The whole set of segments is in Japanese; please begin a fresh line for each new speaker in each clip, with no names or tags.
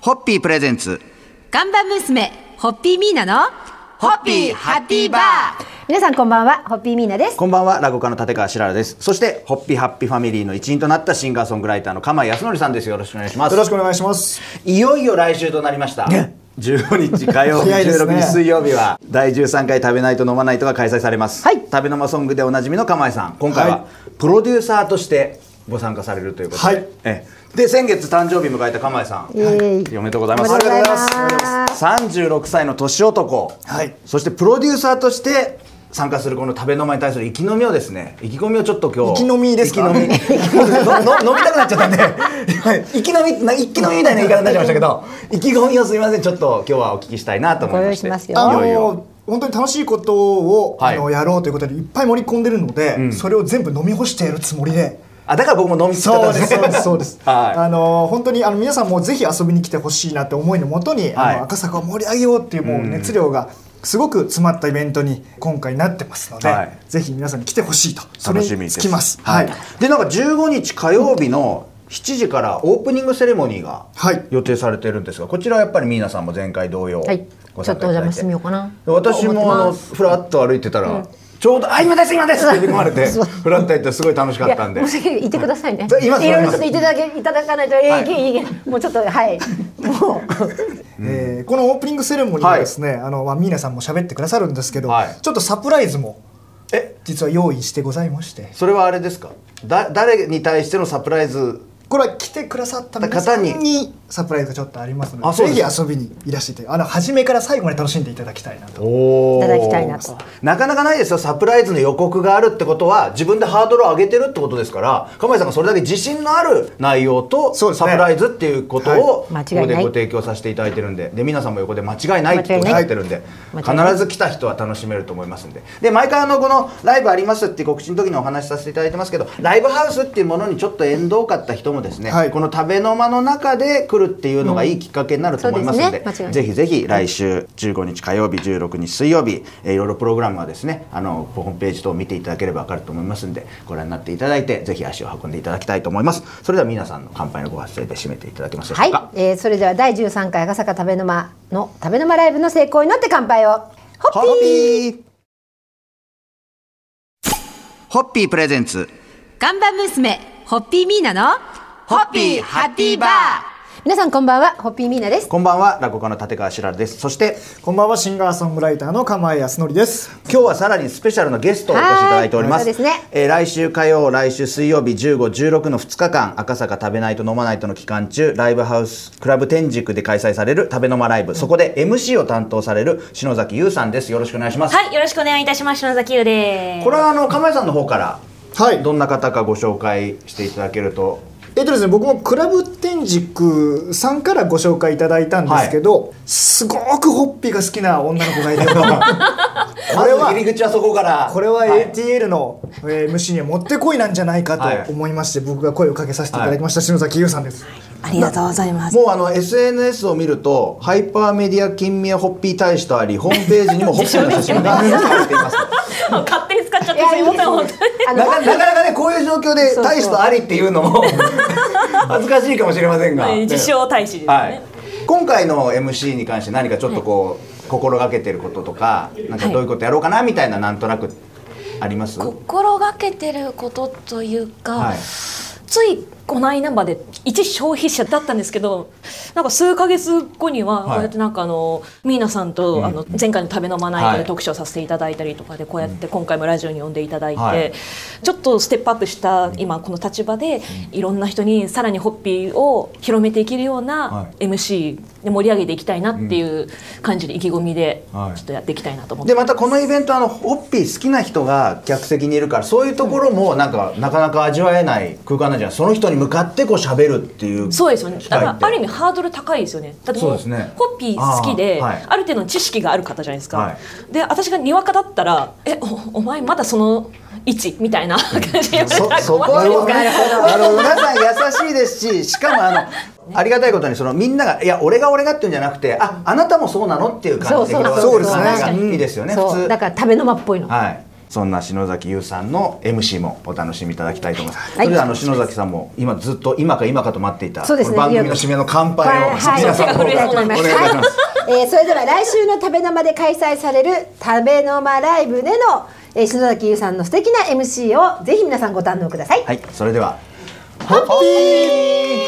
ホッピープレゼンツ。
看板娘、ホッピーミーナの、
ホッピーハッピーバー
皆さんこんばんは、ホッピーミーナです。
こんばんは、落語家の立川しららです。そして、ホッピーハッピーファミリーの一員となったシンガーソングライターの釜井康則さんです。よろしくお願いします。
よろしくお願いします。
いよいよ来週となりました。15日火曜日、
早いです
16
ね
日水曜日は、第13回食べないと飲まないとが開催されます。
はい
食べ飲まソングでおなじみの釜井さん、今回
は
はプロデューサーとしてご参加されるということで。
はい
ええで、先月誕生日迎えた釜井さん、
イエーイ
おめでとうございます。
おめでとうございます
ありがとうござい
36歳の年男、
はい
そしてプロデューサーとして参加するこの食べ飲まに対する意気込みをですね意気込みをちょっと今日
生き飲みですか
意気飲みの の飲みたくなっちゃった んではい意気飲みな一気飲みみたいな言い方になっちゃいましたけど意気込みをすみませんちょっと今日はお聞きしたいなと思いまして
ご用意しますよ
あ
いよ
の
いよ
本当に楽しいことを、
はい
あのやろうということでいっぱい盛り込んでるので、それを全部飲み干してやるつもりで。
あだから僕も飲みつ。
そうですそうですそうです
はい
あの本当にあの皆さんもぜひ遊びに来てほしいなって思いのもとに、
はい
あの赤坂を盛り上げようっていうもう熱量が。すごく詰まったイベントに今回なってますので、
はい
ぜひ皆さんに来てほしいとそれ
楽しみで
に
す
つきますはい、
でなんか15日火曜日の7時からオープニングセレモニーが
はい
予定されてるんですがこちらはやっぱりミーナさんも前回同様
はい
ご参加いただい
ちょっとお邪魔してみようかな
私
思って
もあの
ます
ふらっと歩いてたら、ちょうど「あ今です今です!」って呼び込まれてふらっと行ってすごい楽しか
い
ったんで
もし言ってくださいね。
今座ります
いろいろちょっと言っていただけいただかないと、え
はい
いけいけもうちょっとはい、も
えーこのオープニングセレモニーはですね、あのまあミーナさんも喋ってくださるんですけど、
はい
ちょっとサプライズも
え
実は用意してございまして
それはあれですかだ誰に対してのサプライズ
これは来てくださった皆さん
方
にサプライズがちょっとあります
あ
の
そう
で
です
ぜひ遊びにいらしていただきあの初めから最後まで楽しんでいただきたいなと
お
いただきたいなと
なかなかないですよサプライズの予告があるってことは自分でハードルを上げてるってことですから釜井さんがそれだけ自信のある内容と、
そうです
サ
ね
プライズっていうことを、
はい
ここで
間違いない
ご提供させていただいてるんでで皆さんも横で間違いないって
間違
お
い
っ
ない
しゃってるんで
間違いない
必ず来た人は楽しめると思いますんでで毎回あのこのライブありますっていう告知の時にお話しさせていただいてますけどライブハウスっていうものにちょっと縁遠かった人もですね、
はい
この食べの間の中で来るっていうのがいいきっかけになると思います
そ
ん
うで
です
ね間違いない
ぜひぜひ来週15日火曜日16日水曜日、えーいろいろプログラムはですねあのホームページ等を見ていただければ分かると思いますんでご覧になっていただいてぜひ足を運んでいただきたいと思いますそれでは皆さんの乾杯のご発声で締めていただけますでし
は
ょ
いう
か、、
えーそれでは第13回赤坂食べ沼の食べ沼ライブの成功に乗って乾杯をホ
ホ
ッ
ッ
ピー
ピーホッピープレゼンツ
看板娘ホッピーミーナの
ホッピーハッピーバー
皆さんこんばんはホッピーミーナです
こんばんは落語家の立川しららですそして
こんばんはシンガーソングライターの釜井康則です
今日はさらにスペシャルなゲストをお越しいただいております。
はいそうですね
えー来週火曜、来週水曜日15、16の2日間、赤坂食べないと飲まないとの期間中、ライブハウスクラブ天竺で開催される食べ飲まライブ、そこで MC を担当される篠崎優さんです。よろしくお願いします。
はい、よろしくお願いいたします。篠崎優です。
これはあの釜井さんの方から、
はい
どんな方かご紹介していただけると。
えっとですね僕もクラブ天竺さんからご紹介いただいたんですけど、すごくホッピーが好きな女の子がいてこれ
まず入り口はそこから。
これは
はい
ATL の、えー MC にはもってこいなんじゃないか
はい
と思いまして、僕が声をかけさせていただきました、篠崎優さんです。
ありがとうございます
もうあの SNS を見るとハイパーメディア金宮ホッピー大使とありホームページにもホッピーの写真 が載せられています。
勝手に使っちゃっ
い
てすいません、本当に。
あ
な
の
かなかなかねこういう状況で
そう
大使とありっていうの も恥ずかしいかもしれませんが、
えー自称大使ですね
はい、今回の MC に関して何かちょっとこう、心がけてることとかなんか
はい
どういうことやろうかなみたいななんとなくあります、
心がけてることというか、
はい
ついこないナンバーで一消費者だったんですけどなんか数ヶ月後には
はい
こうやってなんかあの、ミーナさんと、あの前回の「食べ飲まない」
は
で
い
特集をさせていただいたりとかでこうやって今回もラジオに呼んでいただいて、
はい
ちょっとステップアップした今この立場で、いろんな人にさらにホッピーを広めていけるよう
は
な MC で盛り上げていきたいなっていう感じで意気込みでち
は
ょ
い
っとやっていきたいなと思って
でまたこのイベントあのホッピー好きな人が客席にいるからそういうところもなんか、なかなか味わえない空間なんじゃないその人に向かってこう喋るっていう
そうですよね。
機
だ
会
か
って
らある意味ハードル高いですよね。だっても
そう
う
ですね
ホッピー好きで
あー
あ,、
はい
る程度の知識がある方じゃないですか。
は
で私がにわかだったらえおお前まだその位置 みたいな感じ で
そそこはもうなるほど皆さん優しいですししかもあのありがたいことにそのみんなが「いや俺が俺が」っていうんじゃなくて「ああなたもそうなの?」っていう感じで
そうそう
広がって
そうそう
くれるのが
で
そう
すね
いいですよね
そう
普通
だから食べの間っぽいの、
はいそんな篠崎優さんの MC もお楽しみいただきたいと思います、
はい
それではあの篠崎さんも今ずっと今か今かと待っていた
そうですね
この番組の締めの乾杯を
はい
皆さんの方からお願いいたします
えーそれでは来週の「食べ生」で開催される「食べのまライブ」での、えー篠崎優さんの素敵な MC をぜひ皆さんご堪能ください。
はいそれでは
ハッピー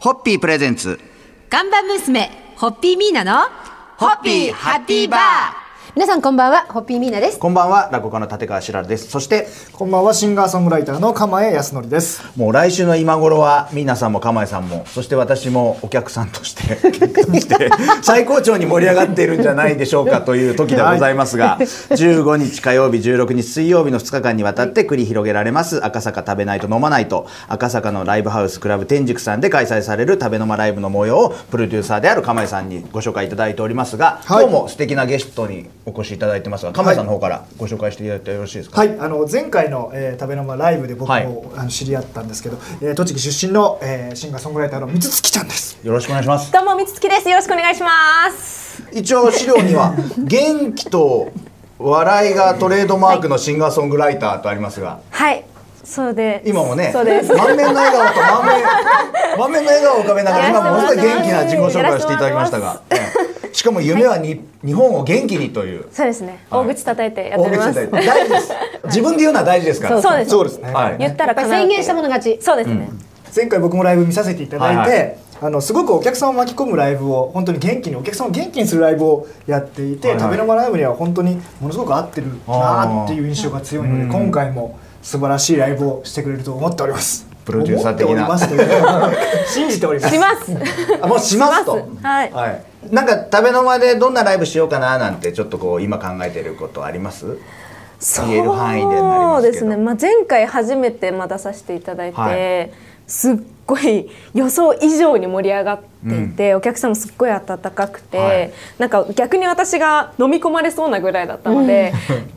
ホッピープレゼンツ
看板娘ホッピーミーナの
ホッピーハッピーバー
皆さんこんばんはホッピーミーナです
こんばんは落語家の立川しららですそして
こんばんはシンガーソングライターの釜江康則です
もう来週の今頃は皆さんも釜井さんもそして私もお客さんとして 結婚して最高潮に盛り上がっているんじゃないでしょうかという時でございます が15日火曜日16日水曜日の2日間にわたって繰り広げられます赤坂食べないと飲まないと赤坂のライブハウスクラブ天竺さんで開催される食べのまライブの模様をプロデューサーである釜井さんにご紹介いただいておりますが、
はい
今日も素敵なゲストにお越しいただいてますが釜井さんの方からご紹介していただいてよろしいですか、
はいあの前回の、えー、食べの間ライブで僕も、
はい
あの知り合ったんですけど、えー、栃木出身の、えー、シンガーソングライターの三月ちゃんです
よろしくお願いします
どうもみつつきですよろしくお願いします
一応資料には「元気と笑いがトレードマークのシンガーソングライター」とありますが
はいそうで
今もね
そ
満
うです
面の笑顔と満面満面の笑顔を浮かべながら今ものすごい元気な自己紹介をしていただきましたが、ええしかも夢はに、日本を元気にという
そうですね
はい
大口叩いてやっております
大口で大事です自分で言うのは大事ですから
そうです
そうですね、
はい
言ったら叶う
宣言したもの勝ち
そうですね
前回僕もライブ見させていただいて、
はいは
あのすごくお客さんを巻き込むライブを本当に元気にお客さんを元気にするライブをやっていて、
はいはい
食べの間ライブには本当にものすごく合ってるなっていう印象が強いので、
あー
今回も素晴らしいライブをしてくれると思っております
プロデューサー的な
思っておりますという信じており ます
します
あもうしますと
はい
なんか食べの間でどんなライブしようかななんてちょっとこう今考えていることあります言える範囲でになります
そう
けど
ですね、まあ、前回初めてまあ出させていただいて、
は
すっごい予想以上に盛り上がっていて、お客さんもすっごい温かくて、
はい
なんか逆に私が飲み込まれそうなぐらいだったので、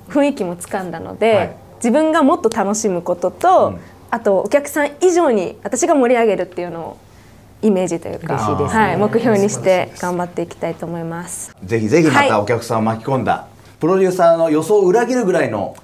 雰囲気もつかんだので、
はい
自分がもっと楽しむことと、あとお客さん以上に私が盛り上げるっていうのをイメージというか
嬉しいですね
はい、目標にして頑張っていきたいと思います。
ぜひぜひま
はい
たお客さんを巻き込んだ、プロデューサーの予想を裏切るぐらいの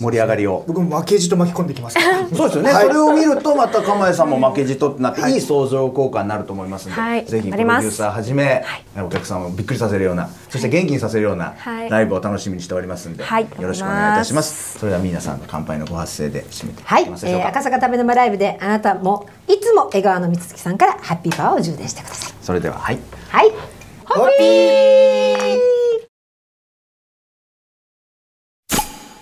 盛り上がりを。
僕も負けじと巻き込んできます から
そうですよね、
はい
それを見るとまた釜江さんも負けじとってなって、い、い相乗効果になると思いますので、
はい
ぜひプロ
頑
デ
張
ュ
ります
ーサーはじめ、お客さんをびっくりさせるようなそして元気にさせるような
はい
ライブを楽しみにしておりますので、
はい
よろしくお願いいたしますそれでは皆さんの乾杯のご発声で締めていた
は
だ
い
け、ますでしょ
え
う
ー
か、
赤坂食べのまライブであなたもいつも笑顔の三月さんからハッピーパワーを充電してください
それでははい
はい
ホッピー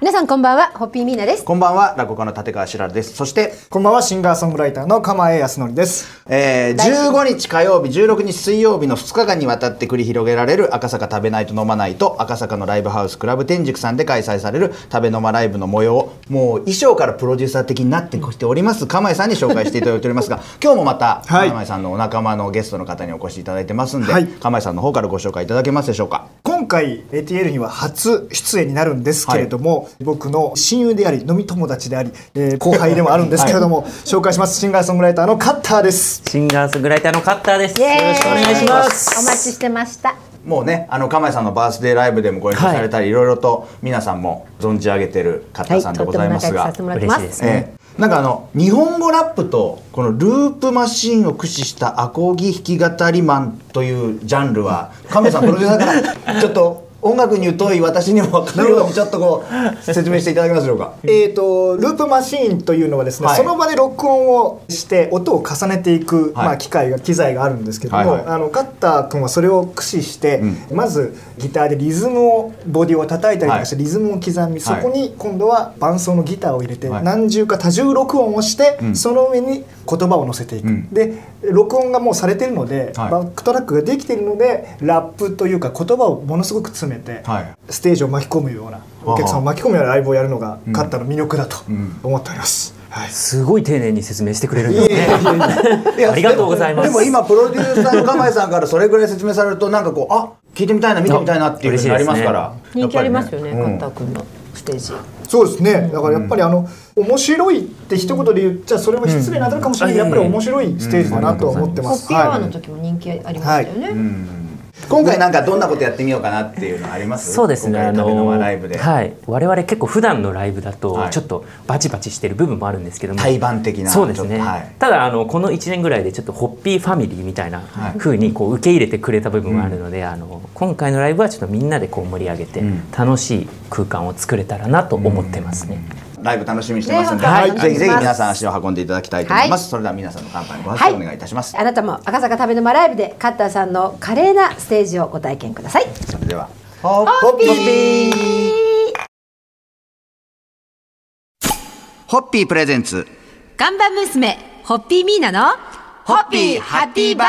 皆さんこんばんはホッピーミーナです
こんばんは落語家の立川しららですそして
こんばんはシンガーソングライターの釜江康則です
えー、15日火曜日16日水曜日の2日間にわたって繰り広げられる赤坂食べないと飲まないと赤坂のライブハウスクラブ天竺さんで開催される食べ飲まライブの模様をもう衣装からプロデューサー的になってきております釜井さんに紹介していただいておりますが 今日もまた
はい
釜井さんのお仲間のゲストの方にお越しいただいてますんで、
はい
釜井さんの方からご紹介いただけますでしょうか
今回 ATL には初出演になるんですけれども、僕の親友であり飲み友達であり、えー後輩でもあるんですけれども、紹介しますシンガーソングライターのカッターです
シンガーソングライターのカッターです。
イエーイ
よろしくお願いします。
お待ちしてました
もうねあの釜井さんのバースデーライブでもご一緒されたり、い、ろいろと皆さんも存じ上げてる方さんで
と
ご
って
ざ
も
います
仲良く
が、
させてもらってま
嬉しいですす
ええ、なんかあの日本語ラップとこのループマシンを駆使したアコギ弾き語りマンというジャンルは亀さんプロデューサーからちょっと音楽に疎い私にも分かるようにちょっとこう説明していただけますでしょうか。
えー、とループマシーンというのはですね、
はい
その場で録音をして音を重ねていく、まあ、機械が機材があるんですけども、
はいはい
あのカッター君はそれを駆使して、まずギターでリズムをボディを叩いたりとかして、リズムを刻み、そこに今度は伴奏のギターを入れて、
はい
何重か多重録音をして、その上に言葉を載せていく、
うん
で録音がもうされてるので、
はい
バックトラックができてるのでラップというか言葉をものすごく詰めて、
はい
ステージを巻き込むようなお客さんを巻き込むようなライブをやるのが勝ったの魅力だと
ん
思っております。はい
すごい丁寧に説明してくれるんですね。
いや
ありがとうございます
でもでも今プロデューサーの釜井さんからそれぐらい説明されるとなんかこうあ聞いてみたいな見てみたいなっていうふうになりますから。
人気ありますよね、
やっぱり
カッター君のステージ。
そうですねだからやっぱりあの、面白いって一言で言っちゃそれも失礼に当たるかもしれないけど、
うん
やっぱり面白いステージだなとは思って
ポ
ます、
ッピーアワー
は
の
い
時も人気ありましたよね。
今回なんかどんなことやってみようかなっていうのあります
そうですね。
今回食べの
ー
間ライブで、
はい。我々結構普段のライブだと
はい
ちょっとバチバチしてる部分もあるんですけども。
対バン的な
そうで
ち
す
ょっ
ね、
とはい
ただあのこの1年ぐらいでちょっとホッピーファミリーみたいな
はい
風にこう受け入れてくれた部分があるので、あの今回のライブはちょっとみんなでこう盛り上げて
うん
楽しい空間を作れたらなと思ってますね、
ライブ楽しみにしてますので、
ね
はい
本当
ぜ
に
ひぜひ皆さん足を運んでいただきたいと思います、それでは皆さんの乾杯のご発声をお願いいたします、
あなたも赤坂食べの間ライブでカッターさんの華麗なステージをご体験ください。
それではホ
ッピー
ホッピープレゼンツ
ガンバ娘、ホッピーミーナの、
ホッピーハッピーバー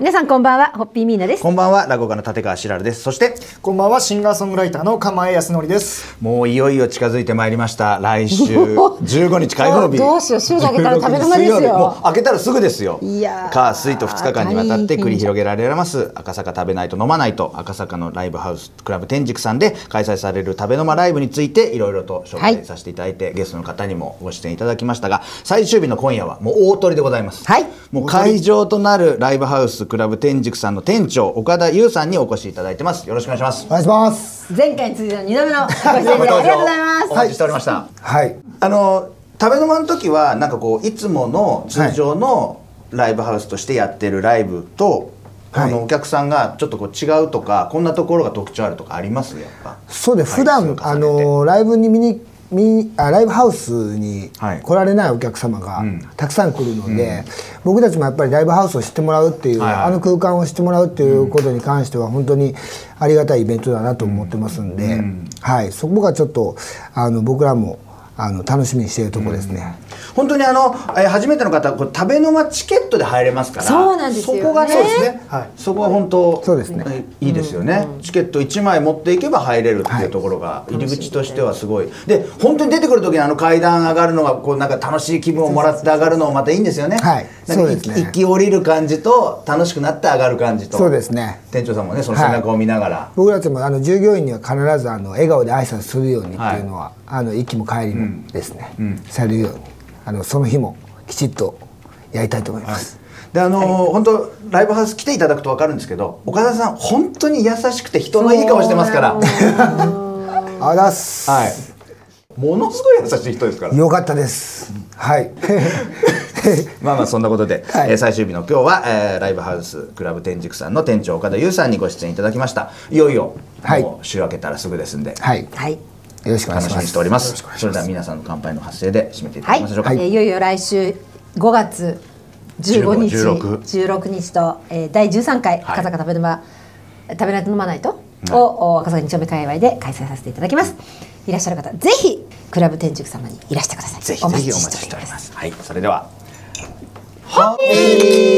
皆さんこんばんは、ホッピーミーナです。
こんばんは落語家の立川しらるですそして
こんばんはシンガーソングライターの釜江康則です
もういよいよ近づいてまいりました来 週15日火曜日
どうしよう週が明けたら食べの間ですよ
16日水曜日もう開けたらすぐですよ
いやー
火水と2日間にわたって繰り広げられます赤坂食べないと飲まないと赤坂のライブハウスクラブ天竺さんで開催される食べの間ライブについていろいろと紹介させていただいて、ゲストの方にもご出演いただきましたが最終日の今夜はもう大鳥でございます
はい
もう会場となるライブハウスクラブ天竺さんの店長岡田優さんにお越しいただいてますよろしくお願いします
お願いします。
前回に続いての2度目のご出演でありがとうございます。
お待ちしておりました、
はい。
あの食べの間の時はなんかこういつもの通常のライブハウスとしてやってるライブと、
は
あ
い
のお客さんがちょっとこう違うとかこんなところが特徴あるとかありますやっぱ
そうで
はい
普段、
そう
あ
重ねて
のライブに見に見あライブハウスに
はい
来られないお客様が
うん
たくさん来るので、僕たちもやっぱりライブハウスを知ってもらうっていう、
はいはい
あの空間を知ってもらうっていうことに関しては本当にありがたいイベントだなと思ってますんで、はいそこがちょっとあの僕らもあの楽しみにしているところですね。
本当にあの、えー初めての方これ食べの間チケットで入れますから
そうなんですよね
そこがね
そうです
ねはい
そこは本当
そうですね
えーいいですよね、チケット1枚持っていけば入れるっていうところが入り口としてはすごいで本当に出てくる時にあの階段上がるのがこうなんか楽しい気分をもらって上がるのもまたいいんですよね
はい
なんか
そうですね
一気降りる感じと楽しくなって上がる感じと
そうですね
店長さんもねその背中を見ながら、
僕たちもあの従業員には必ずあの笑顔で挨拶するようにっていうのは、あの息も帰りもですね、されるようにあのその日もきちっとやりたいと思います。
であのー本当ライブハウス来ていただくと分かるんですけど岡田さん本当に優しくて人のいい顔してますから。
あらっ す、
はい。ものすごい優しい人ですから。
よかったです。 はい。
まあまあそんなことで、
はい
えー最終日の今日は、えーライブハウスクラブ天竺さんの店長岡田優さんにご出演いただきました。いよいよ、
はい
もう週明けたらすぐですんで、
はい。
はい。
よろしくお願
楽
い
し
し
み
ま
に
す。
しております。それでは皆さんの乾杯の発声で締めていただきましょうか。
はい、えーいよいよ来週5月15日、
15
16日と、えー第13回
はい
赤坂食べの間、食べないと飲まないとを、お赤坂二丁目界隈で開催させていただきます。いらっしゃる方、ぜひクラブ天竺様にいらしてください。
ぜひぜひお待ちしております。はい、それでは。
お待ちしております。